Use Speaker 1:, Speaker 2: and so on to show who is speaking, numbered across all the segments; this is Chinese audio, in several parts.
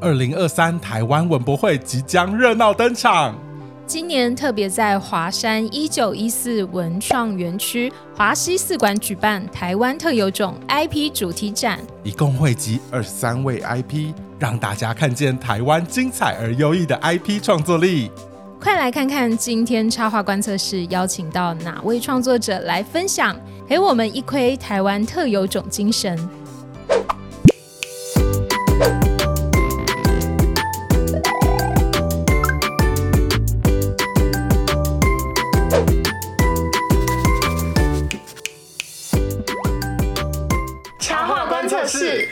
Speaker 1: 二零二三台湾文博会即将热闹登场，
Speaker 2: 今年特别在华山一九一四文创园区华西四馆举办台湾特有种 IP 主题展，
Speaker 1: 一共汇集二十三位 IP，让大家看见台湾精彩而优异的 IP 创作力。
Speaker 2: 快来看看今天插画观测室邀请到哪位创作者来分享，陪我们一窥台湾特有种精神。
Speaker 3: 插画观测室，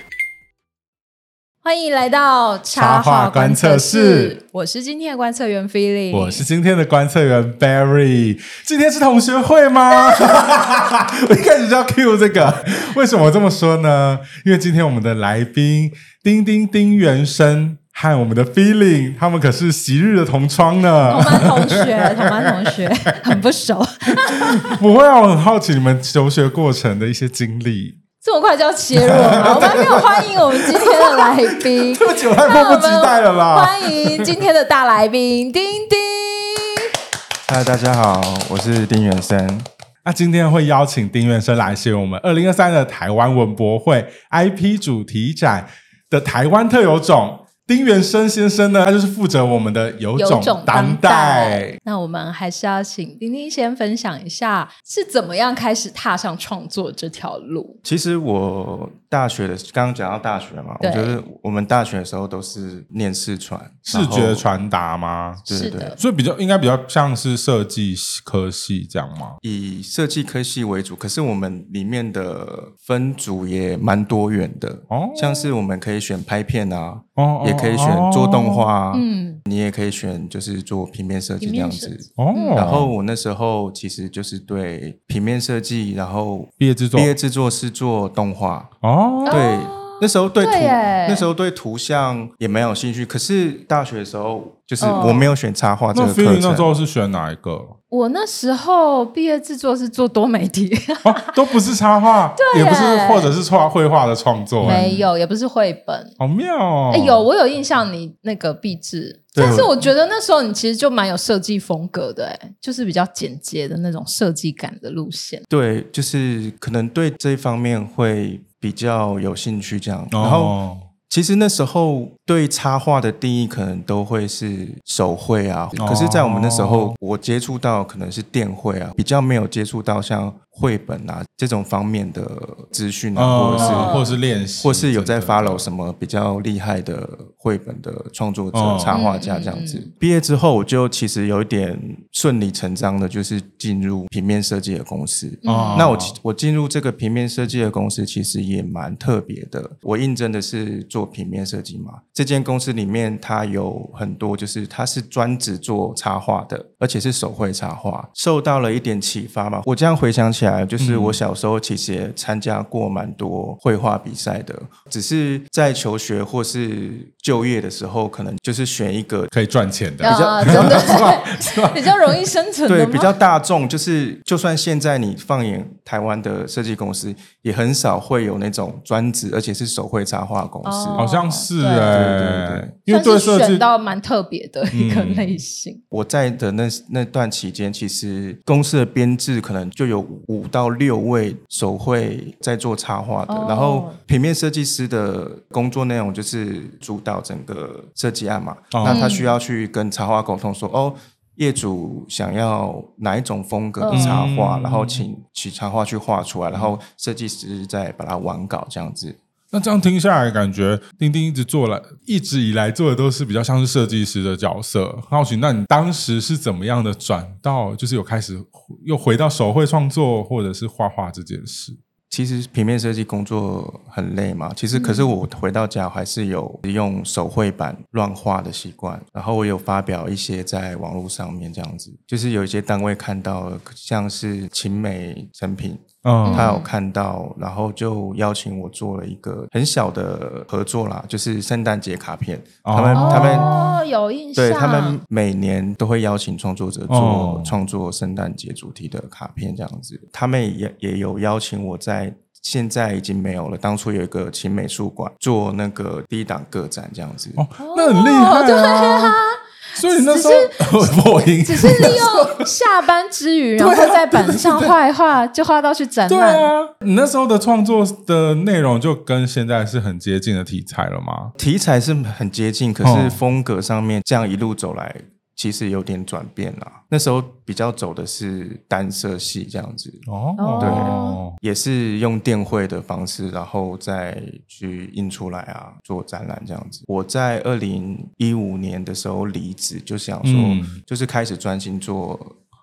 Speaker 2: 欢迎来到
Speaker 1: 插画观测室，
Speaker 2: 我是今天的观测员 f e l i
Speaker 1: 我是今天的观测员 Barry，今天是同学会吗？ 我一开始就要 cue 这个，为什么这么说呢？因为今天我们的来宾丁丁丁原生和我们的 Feeling，他们可是昔日的同窗
Speaker 2: 同
Speaker 1: 呢。
Speaker 2: 班 同学，同班同学 很不熟，
Speaker 1: 不会啊，我很好奇你们求学过程的一些经历。
Speaker 2: 这么快就要切入了 吗？我们还没有欢迎我们今天的来宾，
Speaker 1: 对不起，我 太迫
Speaker 2: 那
Speaker 1: 不
Speaker 2: 我
Speaker 1: 及待了
Speaker 2: 们
Speaker 1: 啦！
Speaker 2: 欢迎今天的大来宾丁丁。
Speaker 4: 嗨，大家好，我是丁元生。
Speaker 1: 那今天会邀请丁元生来写我们二零二三的台湾文博会 IP 主题展的台湾特有种。丁元生先生呢，他就是负责我们的有
Speaker 2: 有种
Speaker 1: 种当代。。
Speaker 2: 那我们还是要请丁丁先分享一下是怎么样开始踏上创作这条路。
Speaker 4: 其实我大学的，刚刚讲到大学嘛，我
Speaker 2: 对
Speaker 4: 觉得我们大学的时候都是念视传、
Speaker 1: 视觉
Speaker 4: 然后，
Speaker 1: 传达吗？
Speaker 4: 对
Speaker 2: 是
Speaker 4: 对
Speaker 2: 的
Speaker 4: 对，
Speaker 1: 所以比较应该比较像是设计科系这样吗？
Speaker 4: 以设计科系为主。可是我们里面的分组也蛮多元的，
Speaker 1: 哦
Speaker 4: 像是我们可以选拍片啊，
Speaker 1: 哦，
Speaker 4: 也可以选做动画、啊，
Speaker 2: 嗯，
Speaker 4: 你也可以选就是做平面设
Speaker 2: 平
Speaker 4: 计这
Speaker 2: 面
Speaker 4: 样
Speaker 2: 设
Speaker 4: 子
Speaker 2: 计。
Speaker 1: 哦。
Speaker 2: 嗯
Speaker 4: 然后我那时候其实就是对平面设计，然后
Speaker 1: 毕业制作
Speaker 4: 毕业制作是做动画，
Speaker 1: 哦，
Speaker 4: 对，那时候对图
Speaker 2: 对耶
Speaker 4: 那时候对图像也蛮有兴趣，可是大学的时候就是
Speaker 2: 哦
Speaker 4: 我没有选插画这
Speaker 1: 那
Speaker 4: 个
Speaker 1: f e e l
Speaker 4: 课
Speaker 1: i 那时
Speaker 4: 程，
Speaker 1: 候是选哪一个？
Speaker 2: 我那时候毕业制作是做多媒体，
Speaker 1: 哦，都不是插 画，
Speaker 2: 耶
Speaker 1: 也不是，或者是画绘画的创作，哎
Speaker 2: 没有，也不是绘本。
Speaker 1: 好妙哦
Speaker 2: 哎、。有我有印象，你那个壁纸，
Speaker 4: 对
Speaker 2: 但是我觉得那时候你其实就蛮有设计风格的、哎，就是比较简洁的那种设计感的路线。
Speaker 4: 对，就是可能对这一方面会比较有兴趣这样。
Speaker 1: 哦
Speaker 4: 然后其实那时候对插画的定义可能都会是手绘啊，
Speaker 1: 哦
Speaker 4: 可是，在我们那时候我接触到可能是电绘啊，比较没有接触到像绘本啊这种方面的资讯啊，或者是
Speaker 2: 哦
Speaker 1: 嗯或者是练习，
Speaker 4: 或是有在
Speaker 1: 真的
Speaker 4: follow 什么比较厉害的绘本的创作者、
Speaker 1: 哦
Speaker 4: 插画家这样子
Speaker 2: 嗯嗯。
Speaker 4: 毕业之后，我就其实有一点顺理成章的，就是进入平面设计的公司。
Speaker 2: 嗯
Speaker 1: 哦
Speaker 4: 那我其我进入这个平面设计的公司，其实也蛮特别的。我应征的是做平面设计嘛，这间公司里面它有很多，就是它是专职做插画的，而且是手绘插画，受到了一点启发嘛。我这样回想起来，就是我小时候其实也参加过蛮多绘画比赛的，只是在求学或是就业的时候，可能就是选一个
Speaker 1: 可以赚钱的，
Speaker 2: 啊，真的 比较容易生存的
Speaker 4: 对，
Speaker 2: 吗
Speaker 4: 比较大众，就是就算现在你放眼台湾的设计公司，也很少会有那种专职而且是手绘插画公司。
Speaker 1: 好像是
Speaker 2: 对
Speaker 1: 哎，
Speaker 4: 对对对嗯
Speaker 1: 因为对
Speaker 2: 算是
Speaker 1: 设
Speaker 2: 选
Speaker 1: 计
Speaker 2: 到蛮特别的一个类型。
Speaker 4: 我在的那那段期间，其实公司的编制可能就有五到六位手绘在做插画的，
Speaker 2: 哦
Speaker 4: 然后平面设计师的工作内容就是主导整个设计案嘛。
Speaker 1: 哦
Speaker 4: 那他需要去跟插画沟通说，哦，业主想要哪一种风格的插画，
Speaker 1: 嗯
Speaker 4: 然后请请插画去画出来，然后设计师再把它完稿这样子。
Speaker 1: 那这样听下来，感觉丁丁一直做了，一直以来做的都是比较像是设计师的角色。很好奇，那你当时是怎么样的转到，就是有开始又回到手绘创作或者是画画这件事？
Speaker 4: 其实平面设计工作很累嘛，其实可
Speaker 1: 嗯
Speaker 4: 是我回到家还是有用手绘板乱画的习惯，然后我有发表一些在网络上面这样子，就是有一些单位看到了，像是秦美成品，
Speaker 1: 嗯，
Speaker 4: 他有看到，然后就邀请我做了一个很小的合作啦，就是圣诞节卡片，
Speaker 1: 哦
Speaker 4: 他们他们。
Speaker 2: 哦，有印象，
Speaker 4: 对他们每年都会邀请创作者
Speaker 1: 哦
Speaker 4: 做创作圣诞节主题的卡片，这样子。他们也也有邀请我在现在已经没有了。当初有一个秦美术馆做那个第一档个展这样子，
Speaker 1: 哦，那很厉害啊！所以那时候 破音，
Speaker 2: 只是利用下班之余，然后在板上画一画，就画到去展
Speaker 1: 对
Speaker 2: 览。
Speaker 1: 啊，你那时候的创作的内容就跟现在是很接近的题材了吗？
Speaker 4: 题材是很接近，可
Speaker 1: 哦
Speaker 4: 是风格上面这样一路走来，其实有点转变啦。那时候比较走的是单色系这样子，
Speaker 1: 哦
Speaker 2: 哦，
Speaker 4: 也是用电绘的方式，然后再去印出来啊，做展览这样子。我在二零一五年的时候离职，就想说，
Speaker 1: 嗯
Speaker 4: 就是开始专心做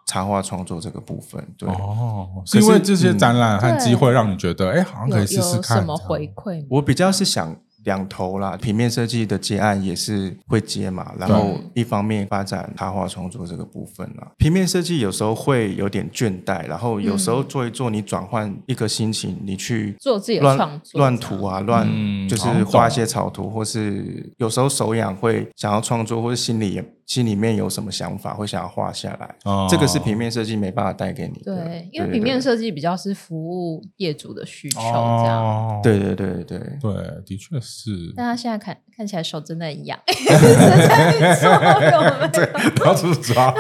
Speaker 4: 插画创作这个部分。对，
Speaker 1: 哦，是因为这些展览和机会让你觉得，哎，好像
Speaker 2: 有
Speaker 1: 可以试试
Speaker 2: 有
Speaker 1: 看。
Speaker 2: 什么回馈吗？
Speaker 4: 我比较是想。两头啦，平面设计的接案也是会接嘛，然后一方面发展插画创作这个部分啦。平面设计有时候会有点倦怠，然后有时
Speaker 1: 嗯
Speaker 4: 候做一做，你转换一个心情，你去
Speaker 2: 做自己的创
Speaker 4: 乱
Speaker 2: 作
Speaker 4: 乱涂啊，乱、
Speaker 1: 嗯
Speaker 4: 就是
Speaker 1: 好像懂
Speaker 4: 画一些草图，或是有时候手痒会想要创作，或者心里也心里面有什么想法，会想要画下来。
Speaker 1: 哦
Speaker 4: 这个是平面设计没办法带给你的，
Speaker 2: 对，因为平面
Speaker 4: 设
Speaker 2: 设计比较是服务业主的需求这样。
Speaker 1: 哦，
Speaker 4: 对对对对对
Speaker 1: 对，的确是。
Speaker 2: 但他现在看看起来手真的 很痒，一直在做有没有？
Speaker 1: 到处 抓，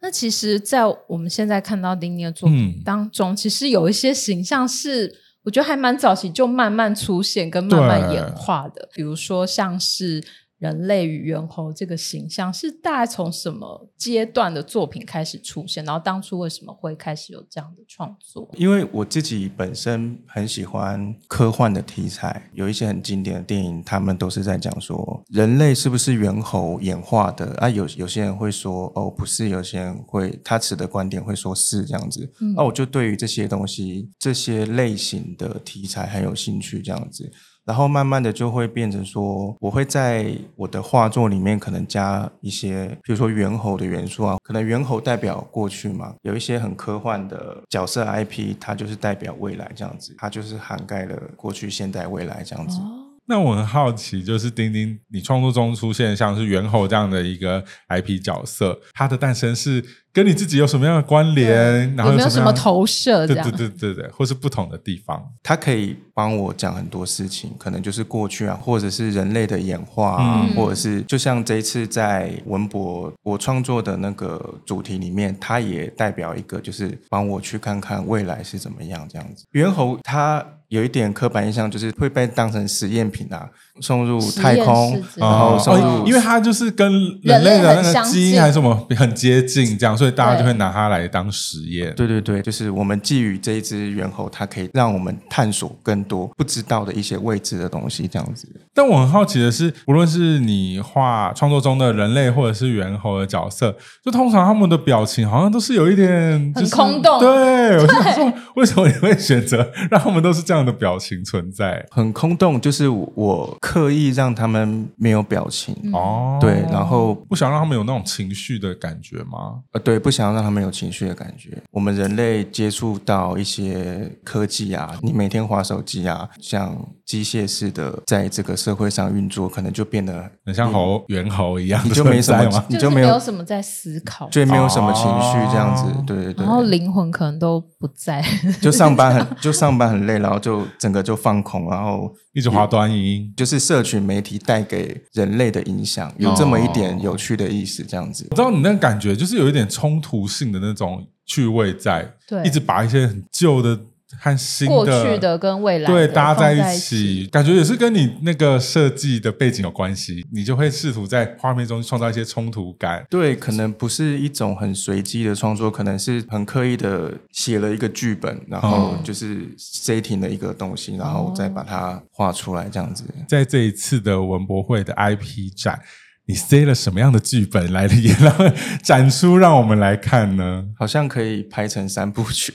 Speaker 2: 那其实，在我们现在看到丁丁的作品
Speaker 1: 嗯
Speaker 2: 当中，其实有一些形象是我觉得还蛮早期就慢慢出现跟慢慢演化的，比如说像是人类与猿猴这个形象，是大概从什么阶段的作品开始出现？然后当初为什么会开始有这样的创作？
Speaker 4: 因为我自己本身很喜欢科幻的题材，有一些很经典的电影，他们都是在讲说人类是不是猿猴演化的啊？有有些人会说哦不是，有些人会他持的观点会说是这样子。那、啊
Speaker 2: 嗯
Speaker 4: 我就对于这些东西、这些类型的题材很有兴趣，这样子。然后慢慢的就会变成说，我会在我的画作里面可能加一些，比如说猿猴的元素啊，可能猿猴代表过去嘛，有一些很科幻的角色 IP，它就是代表未来这样子，它就是涵盖了过去、现代、未来这样子。
Speaker 1: 那我很好奇，就是丁丁，你创作中出现像是猿猴这样的一个 IP 角色，它的诞生是跟你自己有什么样的关联？然后
Speaker 2: 有没有什
Speaker 1: 什
Speaker 2: 么
Speaker 1: 样的
Speaker 2: 投射？这
Speaker 1: 对
Speaker 2: 样
Speaker 1: 对对对对，或是不同的地方，
Speaker 4: 它可以帮我讲很多事情，可能就是过去啊，或者是人类的演化啊，
Speaker 2: 嗯
Speaker 4: 或者是就像这一次在文博我创作的那个主题里面，它也代表一个就是帮我去看看未来是怎么样这样子。猿猴它。有一点刻板印象，就是会被当成实验品啊，送入太
Speaker 2: 实
Speaker 4: 空
Speaker 2: 验室，之类的
Speaker 4: 然后送入
Speaker 1: 哦，因为它就是跟人类的那个基因还是什么很接近，这样，所以大家就会拿它来当实验。
Speaker 4: 对对对，就是我们寄予这一只猿猴，它可以让我们探索更多不知道的一些未知的东西，这样子。
Speaker 1: 但我很好奇的是，无论是你画创作中的人类或者是猿猴的角色，就通常他们的表情好像都是有一点、就是、
Speaker 2: 很空洞
Speaker 1: 对，我想说，为什么你会选择让他们都是这样的表情存在？
Speaker 4: 很空洞，就是我刻意让他们没有表情，
Speaker 1: 哦，
Speaker 4: 对，然后
Speaker 1: 不想让他们有那种情绪的感觉吗？
Speaker 4: 呃，对，不想让他们有情绪的感觉。我们人类接触到一些科技啊，你每天划手机啊，像机械式的在这个社会上运作，可能就变得
Speaker 1: 很像猴猿猴一样的
Speaker 4: 嗯你就没什么
Speaker 1: 存在吗？
Speaker 4: 你
Speaker 2: 是
Speaker 4: 就
Speaker 2: 没
Speaker 4: 没有
Speaker 2: 什么在思考，
Speaker 4: 就没有什么情绪这样子，
Speaker 1: 哦
Speaker 4: 对对对
Speaker 2: 然， 后灵魂可能都不在。
Speaker 4: 就上班很就上班很累，然后就整个就放空，然后
Speaker 1: 一直滑端音。
Speaker 4: 就是社群媒体带给人类的影响，有这么一点有趣的意思，这样子。
Speaker 1: 我知道你那个感觉，就是有一点冲突性的那种趣味在，
Speaker 2: 对
Speaker 1: 一直把一些很旧的和新的
Speaker 2: 过去的跟未来的
Speaker 1: 对搭在
Speaker 2: 放在
Speaker 1: 一
Speaker 2: 一
Speaker 1: 起
Speaker 2: 起，
Speaker 1: 感觉也是跟你那个设计的背景有关系，你就会试图在画面中创造一些冲突感。
Speaker 4: 对，可能不是一种很随机的创作，可能是很刻意的写了一个剧本，然后
Speaker 1: 嗯
Speaker 4: 就是 setting 的一个东西，然后再把它画出来这样子。
Speaker 1: 在这一次的文博会的 IP 展，你塞了什么样的剧本来也让展出让我们来看呢？
Speaker 4: 好像可以拍成三部曲，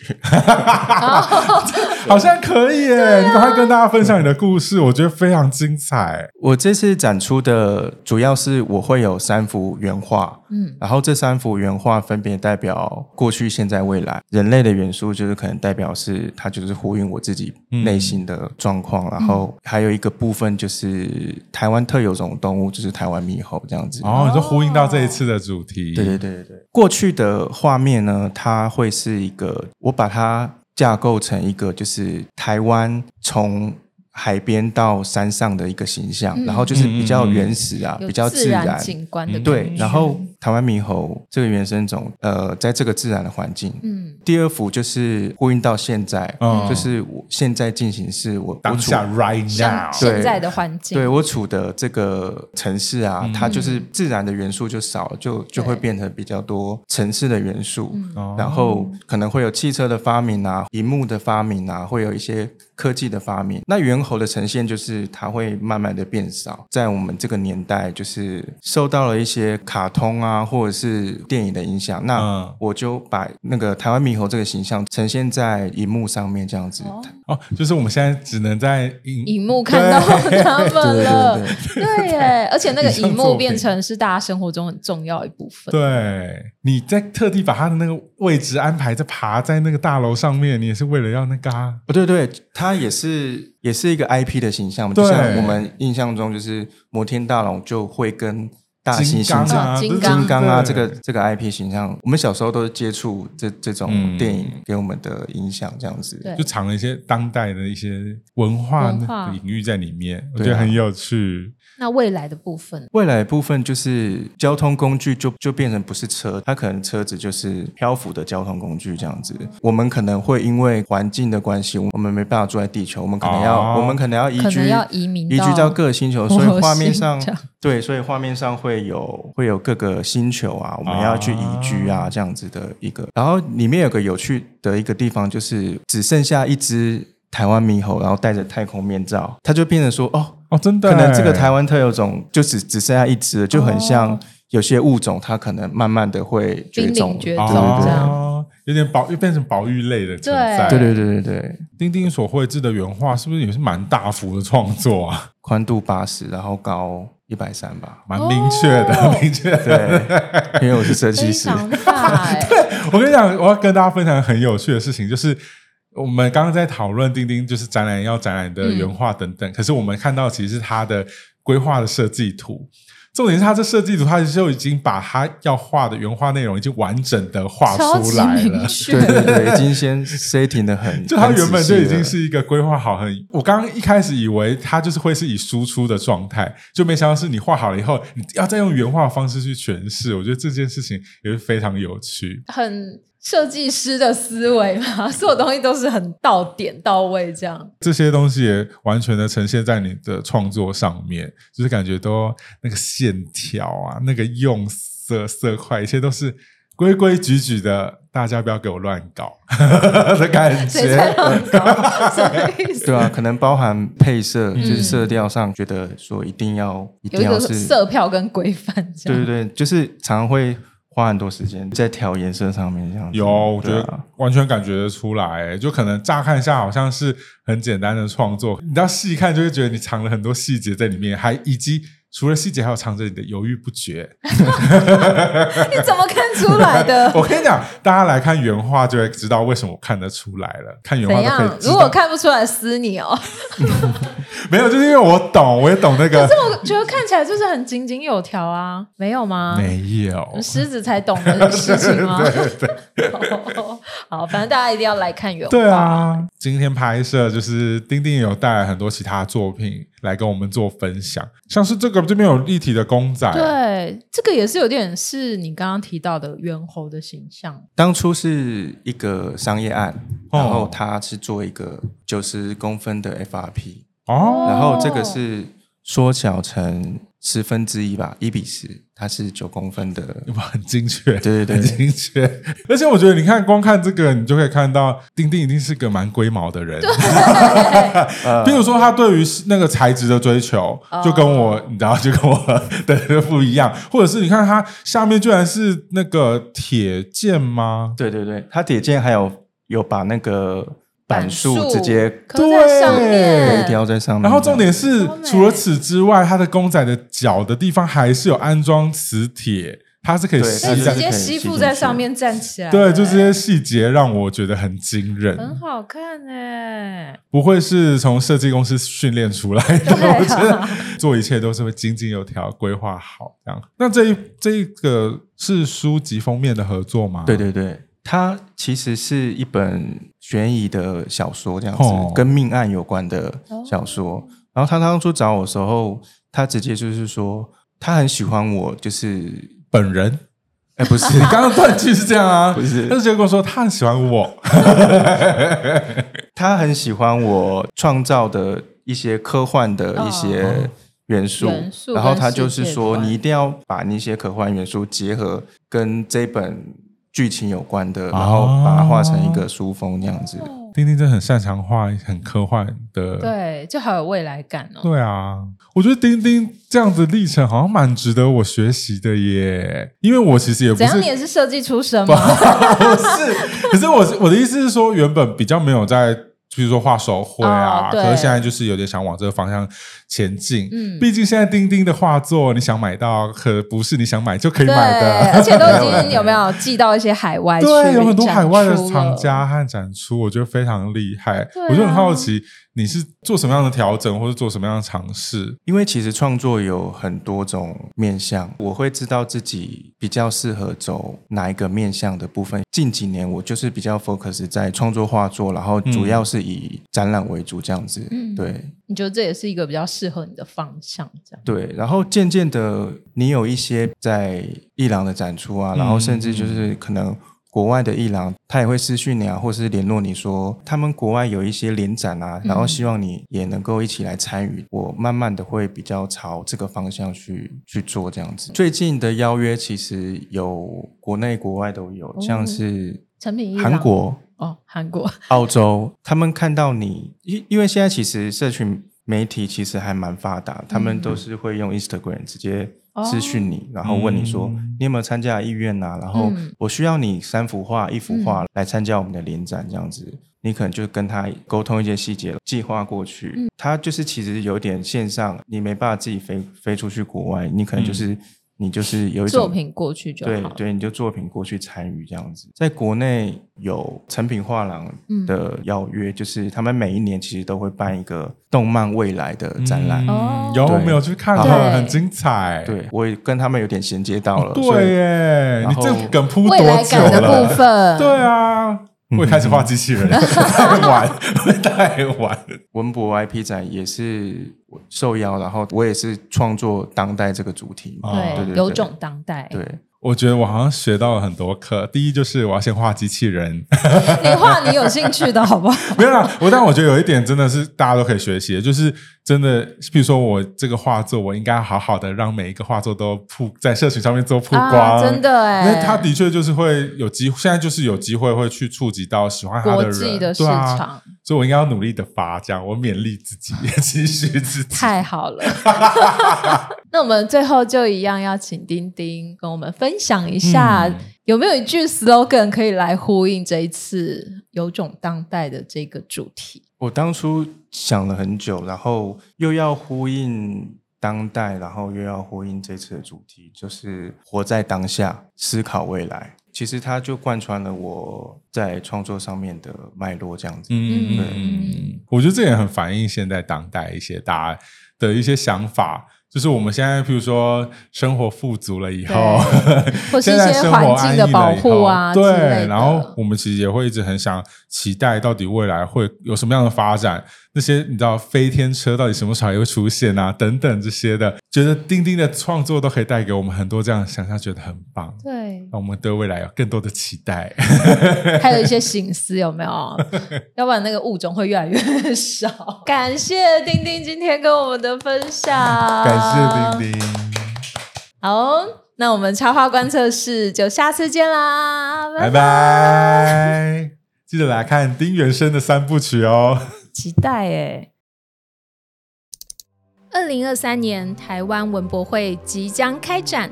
Speaker 1: 好像可以耶！
Speaker 2: 啊
Speaker 1: 你赶快跟大家分享你的故事，我觉得非常精彩。
Speaker 4: 我这次展出的主要是我会有三幅原画，
Speaker 2: 嗯，
Speaker 4: 然后这三幅原画分别代表过去、现在、未来。人类的元素就是可能代表是它就是呼应我自己内心的状况，然后还有一个部分就是台湾特有种动物，就是台湾猕猴这样子。
Speaker 1: 哦，你就呼应到这一次的主题，
Speaker 4: 对对对对对，过去的画面呢，它会是一个我把它架构成一个就是台湾从海边到山上的一个形象，
Speaker 2: 嗯
Speaker 4: 然后就是比较原始啊，
Speaker 2: 有
Speaker 4: 比较
Speaker 2: 自
Speaker 4: 然
Speaker 2: 然。景观
Speaker 1: 嗯
Speaker 2: 的感
Speaker 4: 对
Speaker 2: 觉，
Speaker 4: 然后台湾猕猴这个原生种，呃，在这个自然的环境，
Speaker 2: 嗯
Speaker 4: 第二幅就是呼应到现在，
Speaker 1: 嗯
Speaker 4: 就是我现在进行式，我
Speaker 1: 当下
Speaker 4: 我处
Speaker 1: right
Speaker 2: 像
Speaker 1: now，
Speaker 2: 现在的环境，
Speaker 4: 对我处的这个城市啊，
Speaker 1: 嗯
Speaker 4: 它就是自然的元素就少了，就就会
Speaker 2: 对
Speaker 4: 变成比较多城市的元素。
Speaker 2: 嗯
Speaker 1: 哦
Speaker 4: 然后可能会有汽车的发明啊，荧幕的发明啊，会有一些科技的发明。那猿猴的呈现就是它会慢慢的变少，在我们这个年代，就是受到了一些卡通啊或者是电影的影响。那
Speaker 1: 嗯
Speaker 4: 我就把那个台湾猕猴这个形象呈现在荧幕上面，这样子。
Speaker 2: 哦
Speaker 1: 哦，就是我们现在只能在影
Speaker 2: 荧幕看到 他们
Speaker 4: 对
Speaker 2: 了
Speaker 4: 对，
Speaker 2: 对耶！而且那个
Speaker 1: 影像
Speaker 2: 荧
Speaker 1: 作
Speaker 2: 幕
Speaker 1: 品
Speaker 2: 变成是大家生活中很重要一部分。
Speaker 1: 对，你在特地把他的那个位置安排在爬在那个大楼上面，你也是为了要那个啊，
Speaker 4: 不哦对，对，它也是也是一个 IP 的形象嘛，
Speaker 1: 对
Speaker 4: 就像我们印象中就是摩天大龙就会跟大猩
Speaker 1: 金
Speaker 4: 猩
Speaker 1: 刚
Speaker 4: 这样
Speaker 1: 啊，
Speaker 2: 金
Speaker 1: 不是
Speaker 2: 刚
Speaker 4: 金刚啊，这个
Speaker 1: 对
Speaker 4: 这个 IP 形象，我们小时候都是接触这这
Speaker 1: 嗯
Speaker 4: 种电影给我们的影响，这样子。
Speaker 2: 对
Speaker 1: 就藏了一些当代的一些文化
Speaker 2: 文化
Speaker 1: 的隐喻在里面，我
Speaker 4: 对啊
Speaker 1: 觉得很有趣。
Speaker 2: 那未来的部分，
Speaker 4: 未来的部分就是交通工具就就变成不是车，它可能车子就是漂浮的交通工具这样子。我们可能会因为环境的关系，我们没办法住在地球，我们可能要、
Speaker 1: 哦
Speaker 4: 我们可能要移
Speaker 2: 可
Speaker 4: 居
Speaker 2: 能要移民
Speaker 4: 移居
Speaker 2: 到
Speaker 4: 到各个星球，
Speaker 2: 火
Speaker 4: 所以画
Speaker 2: 星
Speaker 4: 面上
Speaker 2: 这样
Speaker 4: 对，所以画面上会有会有各个星球啊，我们要去移居啊、
Speaker 1: 啊
Speaker 4: 这样子的一个。然后里面有个有趣的一个地方，就是只剩下一只台湾猕猴，然后戴着太空面罩，它就变成说哦，
Speaker 1: 哦，真的，
Speaker 4: 可能这个台湾特有种就只只剩下一只了，就很像
Speaker 2: 哦
Speaker 4: 有些物种它可能慢慢的会绝
Speaker 2: 濒
Speaker 4: 种
Speaker 2: 临
Speaker 4: 了。
Speaker 2: 绝
Speaker 4: 对
Speaker 2: 种
Speaker 4: 对
Speaker 2: 这
Speaker 4: 对
Speaker 2: 样。
Speaker 1: 哦，有点保又变成保育类的存在。
Speaker 4: 对对对对对，
Speaker 1: 丁丁所绘制的原画是不是也是蛮大幅的创作啊？
Speaker 4: 宽度八十，然后高一百三吧。
Speaker 1: 蛮明确的，
Speaker 2: 哦
Speaker 1: 明确的。
Speaker 4: 对，因为我是设计
Speaker 2: 非
Speaker 4: 师。
Speaker 2: 常大耶，
Speaker 1: 我跟你讲，我要跟大家分享很有趣的事情，就是我们刚刚在讨论钉钉就是展览要展览的原画等等，
Speaker 2: 嗯
Speaker 1: 可是我们看到其实是它的规划的设计图。重点是它这设计图，它就已经把它要画的原画内容已经完整的画
Speaker 2: 超
Speaker 1: 出
Speaker 2: 级
Speaker 1: 来
Speaker 2: 明
Speaker 1: 了。
Speaker 2: 确
Speaker 4: 对。对对，已经先 setting 的 很，
Speaker 1: 就它
Speaker 4: 很
Speaker 1: 原本就
Speaker 4: 仔细
Speaker 1: 已经
Speaker 4: 了
Speaker 1: 是一个规划好 很，我刚刚一开始以为它就是会是以输出的状态，就没想到是你画好了以后，你要再用原画的方式去诠释。我觉得这件事情也是非常有趣。
Speaker 2: 很设计师的思维嘛， 所有东西都是很到点到位这样。
Speaker 1: 这些东西也完全的呈现在你的创作上面，就是感觉都那个线条啊，那个用色色块，一切都是规规矩矩的，大家不要给我乱 搞的感
Speaker 2: 谁在
Speaker 1: 觉。
Speaker 2: 乱搞？ 什么 意思？
Speaker 4: 对啊，可能包含配色，就是
Speaker 2: 嗯
Speaker 4: 色调上觉得说一定要一
Speaker 2: 有
Speaker 4: 定
Speaker 2: 一
Speaker 4: 要
Speaker 2: 个
Speaker 4: 是，
Speaker 2: 色票跟规范这
Speaker 4: 对
Speaker 2: 样。
Speaker 4: 对对，就是常常会花很多时间在调颜色上面这样子。
Speaker 1: 有，我觉
Speaker 4: 对啊
Speaker 1: 得完全感觉得出来、就可能乍看一下好像是很简单的创作，你到细看就会觉得你藏了很多细节在里面，还以及除了细节，还有藏着你的犹豫不决。
Speaker 2: 你怎么看出来的
Speaker 1: ？我跟你讲，大家来看原画就会知道为什么我看得出来了，看原
Speaker 2: 怎
Speaker 1: 画就可以
Speaker 2: 样？
Speaker 1: 知道。
Speaker 2: 如果看不出来，撕你哦！
Speaker 1: 没有，就是因为我懂，我也懂那个。
Speaker 2: 我觉得看起来就是很井井有条啊，没有吗？
Speaker 1: 没有，
Speaker 2: 狮子才懂的事情 吗？哦 好，反正大家一定要来看原画。
Speaker 1: 对，啊，今天拍摄就是丁丁有带来很多其他作品来跟我们做分享，像是这个这边有立体的公仔，
Speaker 2: 对，这个也是有点是你刚刚提到的猿猴的形象。
Speaker 4: 当初是一个商业案，
Speaker 1: 哦
Speaker 4: 然后它是做一个九十公分的 FRP，
Speaker 1: 哦，
Speaker 4: 然后这个是缩小成十分之一吧，一比十，它是九公分的
Speaker 1: 有。没有很精确？
Speaker 4: 对对
Speaker 1: 很
Speaker 4: 对，
Speaker 1: 精确，而且我觉得你看，光看这个，你就可以看到丁丁一定是个蛮龟毛的人。
Speaker 4: 呃
Speaker 1: 比如说，他对于那个材质的追求，
Speaker 4: 哦
Speaker 1: 就跟我你知道，就跟我的不一样。或者是你看他下面居然是那个铁剑吗？
Speaker 4: 对对对，它铁剑还有有把那个板
Speaker 2: 板
Speaker 4: 树
Speaker 2: 树
Speaker 4: 直接
Speaker 2: 刻在上
Speaker 1: 对
Speaker 4: 可
Speaker 2: 面
Speaker 4: 以，雕在上面。
Speaker 1: 然后重点是
Speaker 2: 超，美
Speaker 1: 除了此之外，它的公仔的脚的地方还是有安装磁铁，它是可以
Speaker 4: 对
Speaker 1: 吸
Speaker 4: 它
Speaker 2: 直
Speaker 4: 是
Speaker 1: 在
Speaker 4: 可以。
Speaker 2: 接
Speaker 4: 吸
Speaker 2: 吸附
Speaker 4: 进
Speaker 2: 在
Speaker 4: 去
Speaker 2: 上面站起来。
Speaker 1: 对，就这些细节让我觉得很惊
Speaker 2: 很
Speaker 4: 嗯
Speaker 1: 人，
Speaker 2: 好看哎、
Speaker 1: 不会是从设计公司训练出来 的。
Speaker 2: 对啊
Speaker 1: 我觉得做一切都是会井井有条、规划好这样。那这一这一个是书籍封面的合作吗？
Speaker 4: 对对对，它其实是一本悬疑的小说，这样子、
Speaker 1: 哦
Speaker 4: 跟命案有关的小说。然后他当初找我的时候，他直接就是说他很喜欢我，就是
Speaker 1: 本人，
Speaker 4: 哎、不 是
Speaker 1: 你刚刚断句是这样啊？
Speaker 4: 不是
Speaker 1: 他就直接跟我说他很喜欢我，
Speaker 4: 他很喜欢我创造的一些科幻的一些元素，
Speaker 2: 哦元素
Speaker 4: 然后
Speaker 2: 跟
Speaker 4: 他就是
Speaker 2: 世界
Speaker 4: 说，
Speaker 2: 观
Speaker 4: 你一定要把那些科幻元素结合跟这本剧情有关的，然后把它画成一个书封这样子。
Speaker 1: 丁丁真的很擅长画很科幻的，
Speaker 2: 对，就好有未来感哦。
Speaker 1: 对啊，我觉得丁丁这样子历程好像蛮值得我学习的耶，因为我其实也不
Speaker 2: 怎
Speaker 1: 是
Speaker 2: 样？你也是设计出身吗？
Speaker 1: 不是，可是我是我的意思是说，原本比较没有在，比如说画手绘啊，
Speaker 2: 哦对
Speaker 1: 可是现在就是有点想往这个方向前进。
Speaker 2: 嗯
Speaker 1: 毕竟现在钉钉的画作，你想买到，可不是你想买就可以
Speaker 2: 对，
Speaker 1: 买的。
Speaker 2: 而且都已经有没有寄到一些海外去？
Speaker 1: 对，有很多海外的
Speaker 2: 藏
Speaker 1: 藏。家和展出，我觉得非常厉害。
Speaker 2: 对啊
Speaker 1: 我就很好奇，你是做什么样的调整，或是做什么样的尝试？
Speaker 4: 因为其实创作有很多种面向，我会知道自己比较适合走哪一个面向的部分。近几年我就是比较 focus 在创作画作，然后主要是以展览为主这样子。
Speaker 2: 嗯
Speaker 4: 对
Speaker 2: 你觉得这也是一个比较适合你的方向，这样？
Speaker 4: 对，然后渐渐的，你有一些在伊朗的展出啊，然后甚
Speaker 2: 嗯
Speaker 4: 至就是可能。国外的伊朗，他也会私讯你啊，或是联络你说他们国外有一些联展啊，
Speaker 2: 嗯
Speaker 4: 然后希望你也能够一起来参与。我慢慢的会比较朝这个方向去去做这样子。最近的邀约其实有国内国外都有，像是
Speaker 2: 成哦品伊朗
Speaker 4: 韩国、
Speaker 2: 哦，韩国
Speaker 4: 澳洲，他们看到你，因因为现在其实社群媒体其实还蛮发达，他们都是会用
Speaker 2: 嗯
Speaker 4: Instagram 直接私讯你，然后问你说、
Speaker 1: 嗯
Speaker 4: 你有没有参加意愿呐、然后
Speaker 2: 哦嗯
Speaker 4: 我需要你三幅画、一幅画来参加我们的联展，这样子。你可能就跟他沟通一些细节，计划过去。
Speaker 2: 嗯
Speaker 4: 他就是其实有点线上，你没办法自己飞飞出去国外，你可能就是、你就是有一
Speaker 2: 嗯
Speaker 4: 种
Speaker 2: 作品过去就
Speaker 4: 对
Speaker 2: 好了。
Speaker 4: 对，你就作品过去参与这样子。在国内有成品画廊
Speaker 2: 嗯
Speaker 4: 的邀约，就是他们每一年其实都会办一个动漫未来的展览。
Speaker 2: 哦
Speaker 1: 有
Speaker 4: 嗯对
Speaker 1: 没有去看
Speaker 2: 对
Speaker 1: 了？很精彩。
Speaker 4: 对我也跟他们有点衔接到了，所
Speaker 1: 对
Speaker 4: 以
Speaker 1: 耶，你
Speaker 4: 然后
Speaker 1: 这梗铺多
Speaker 2: 未
Speaker 1: 久了？
Speaker 2: 来感的部分，
Speaker 1: 对啊，我也开始画机器人，太晚， 太晚。
Speaker 4: 文博 IP 展也是我受邀，然后我也是创作当代这个主题嘛。
Speaker 1: 哦
Speaker 4: 对对
Speaker 2: 对，
Speaker 4: 对
Speaker 2: 有种当代。
Speaker 4: 对，
Speaker 1: 我觉得我好像学到了很多课。第一就是我要先画机器人，
Speaker 2: 你画你有兴趣的好不好？
Speaker 1: 没有啦。我但我觉得有一点真的是大家都可以学习的，就是真的，比如说我这个画作，我应该好好的让每一个画作都曝在社群上面做曝光，
Speaker 2: 啊真的哎
Speaker 1: 因为他的确就是会有机，现在就是有机会会去触及到喜欢他
Speaker 2: 国
Speaker 1: 的人，
Speaker 2: 际的市
Speaker 1: 对啊
Speaker 2: 场
Speaker 1: 所以我应该要努力的发，这样我勉励自己， 也期许自己。
Speaker 2: 太好 了。那我们最后就一样要请丁丁跟我们分享一下，
Speaker 1: 嗯
Speaker 2: 有没有一句 slogan 可以来呼应这一次“有种当代”的这个主题？
Speaker 4: 我当初想了很久，然后又要呼应当代，然后又要呼应这次的主题，就是活在当下，思考未来。其实它就贯穿了我在创作上面的脉络，这样子。
Speaker 1: 嗯嗯
Speaker 4: 对
Speaker 1: 嗯，我觉得这也很反映现在当代一些大家的一些想法，就是我们现在比如说生活富足了以后，
Speaker 2: 或是一
Speaker 1: 现在
Speaker 2: 些
Speaker 1: 生
Speaker 2: 环
Speaker 1: 活
Speaker 2: 境
Speaker 1: 安逸
Speaker 2: 的
Speaker 1: 了
Speaker 2: 保
Speaker 1: 以
Speaker 2: 护啊
Speaker 1: 后
Speaker 2: 之类
Speaker 1: 对，
Speaker 2: 的
Speaker 1: 然后我们其实也会一直很想期待到底未来会有什么样的发展，那些你知道飞天车到底什么时候还会出现啊，等等这些的，觉得钉钉的创作都可以带给我们很多这样的想象，觉得很棒。
Speaker 2: 对，
Speaker 1: 那我们对未来有更多的期待。
Speaker 2: 啊还有一些醒思，有没有？要不然那个物种会越来越少。感谢丁丁今天跟我们的分享，
Speaker 1: 感谢钉钉，
Speaker 2: 好哦，那我们插画观测室就下次见啦，拜
Speaker 1: 拜拜！记得来看丁原生的三部曲哦。
Speaker 2: 期待哎。二零二三年台湾文博会即将开展，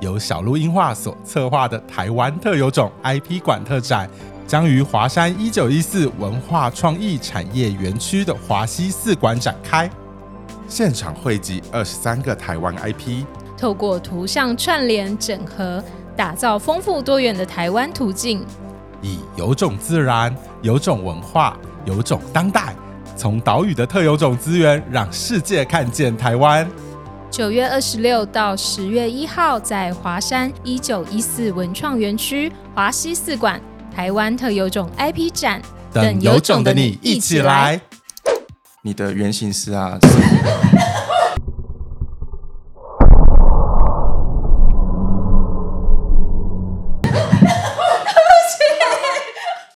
Speaker 1: 由小鹿音画所策划的台湾特有种 IP 馆特展，将于华山一九一四文化创意产业园区的华西四馆展开。现场汇集二十三个台湾 IP，
Speaker 2: 透过图像串联整合，打造丰富多元的台湾途径。
Speaker 1: 以有种自然、有种文化、有种当代，从岛屿的特有种资源，让世界看见台湾。
Speaker 2: 九月二十六到十月一号，在华山一九一四文创园区华西四馆台湾特有种 IP 展，
Speaker 1: 等有种的你一起来。
Speaker 4: 你的原型是啊，是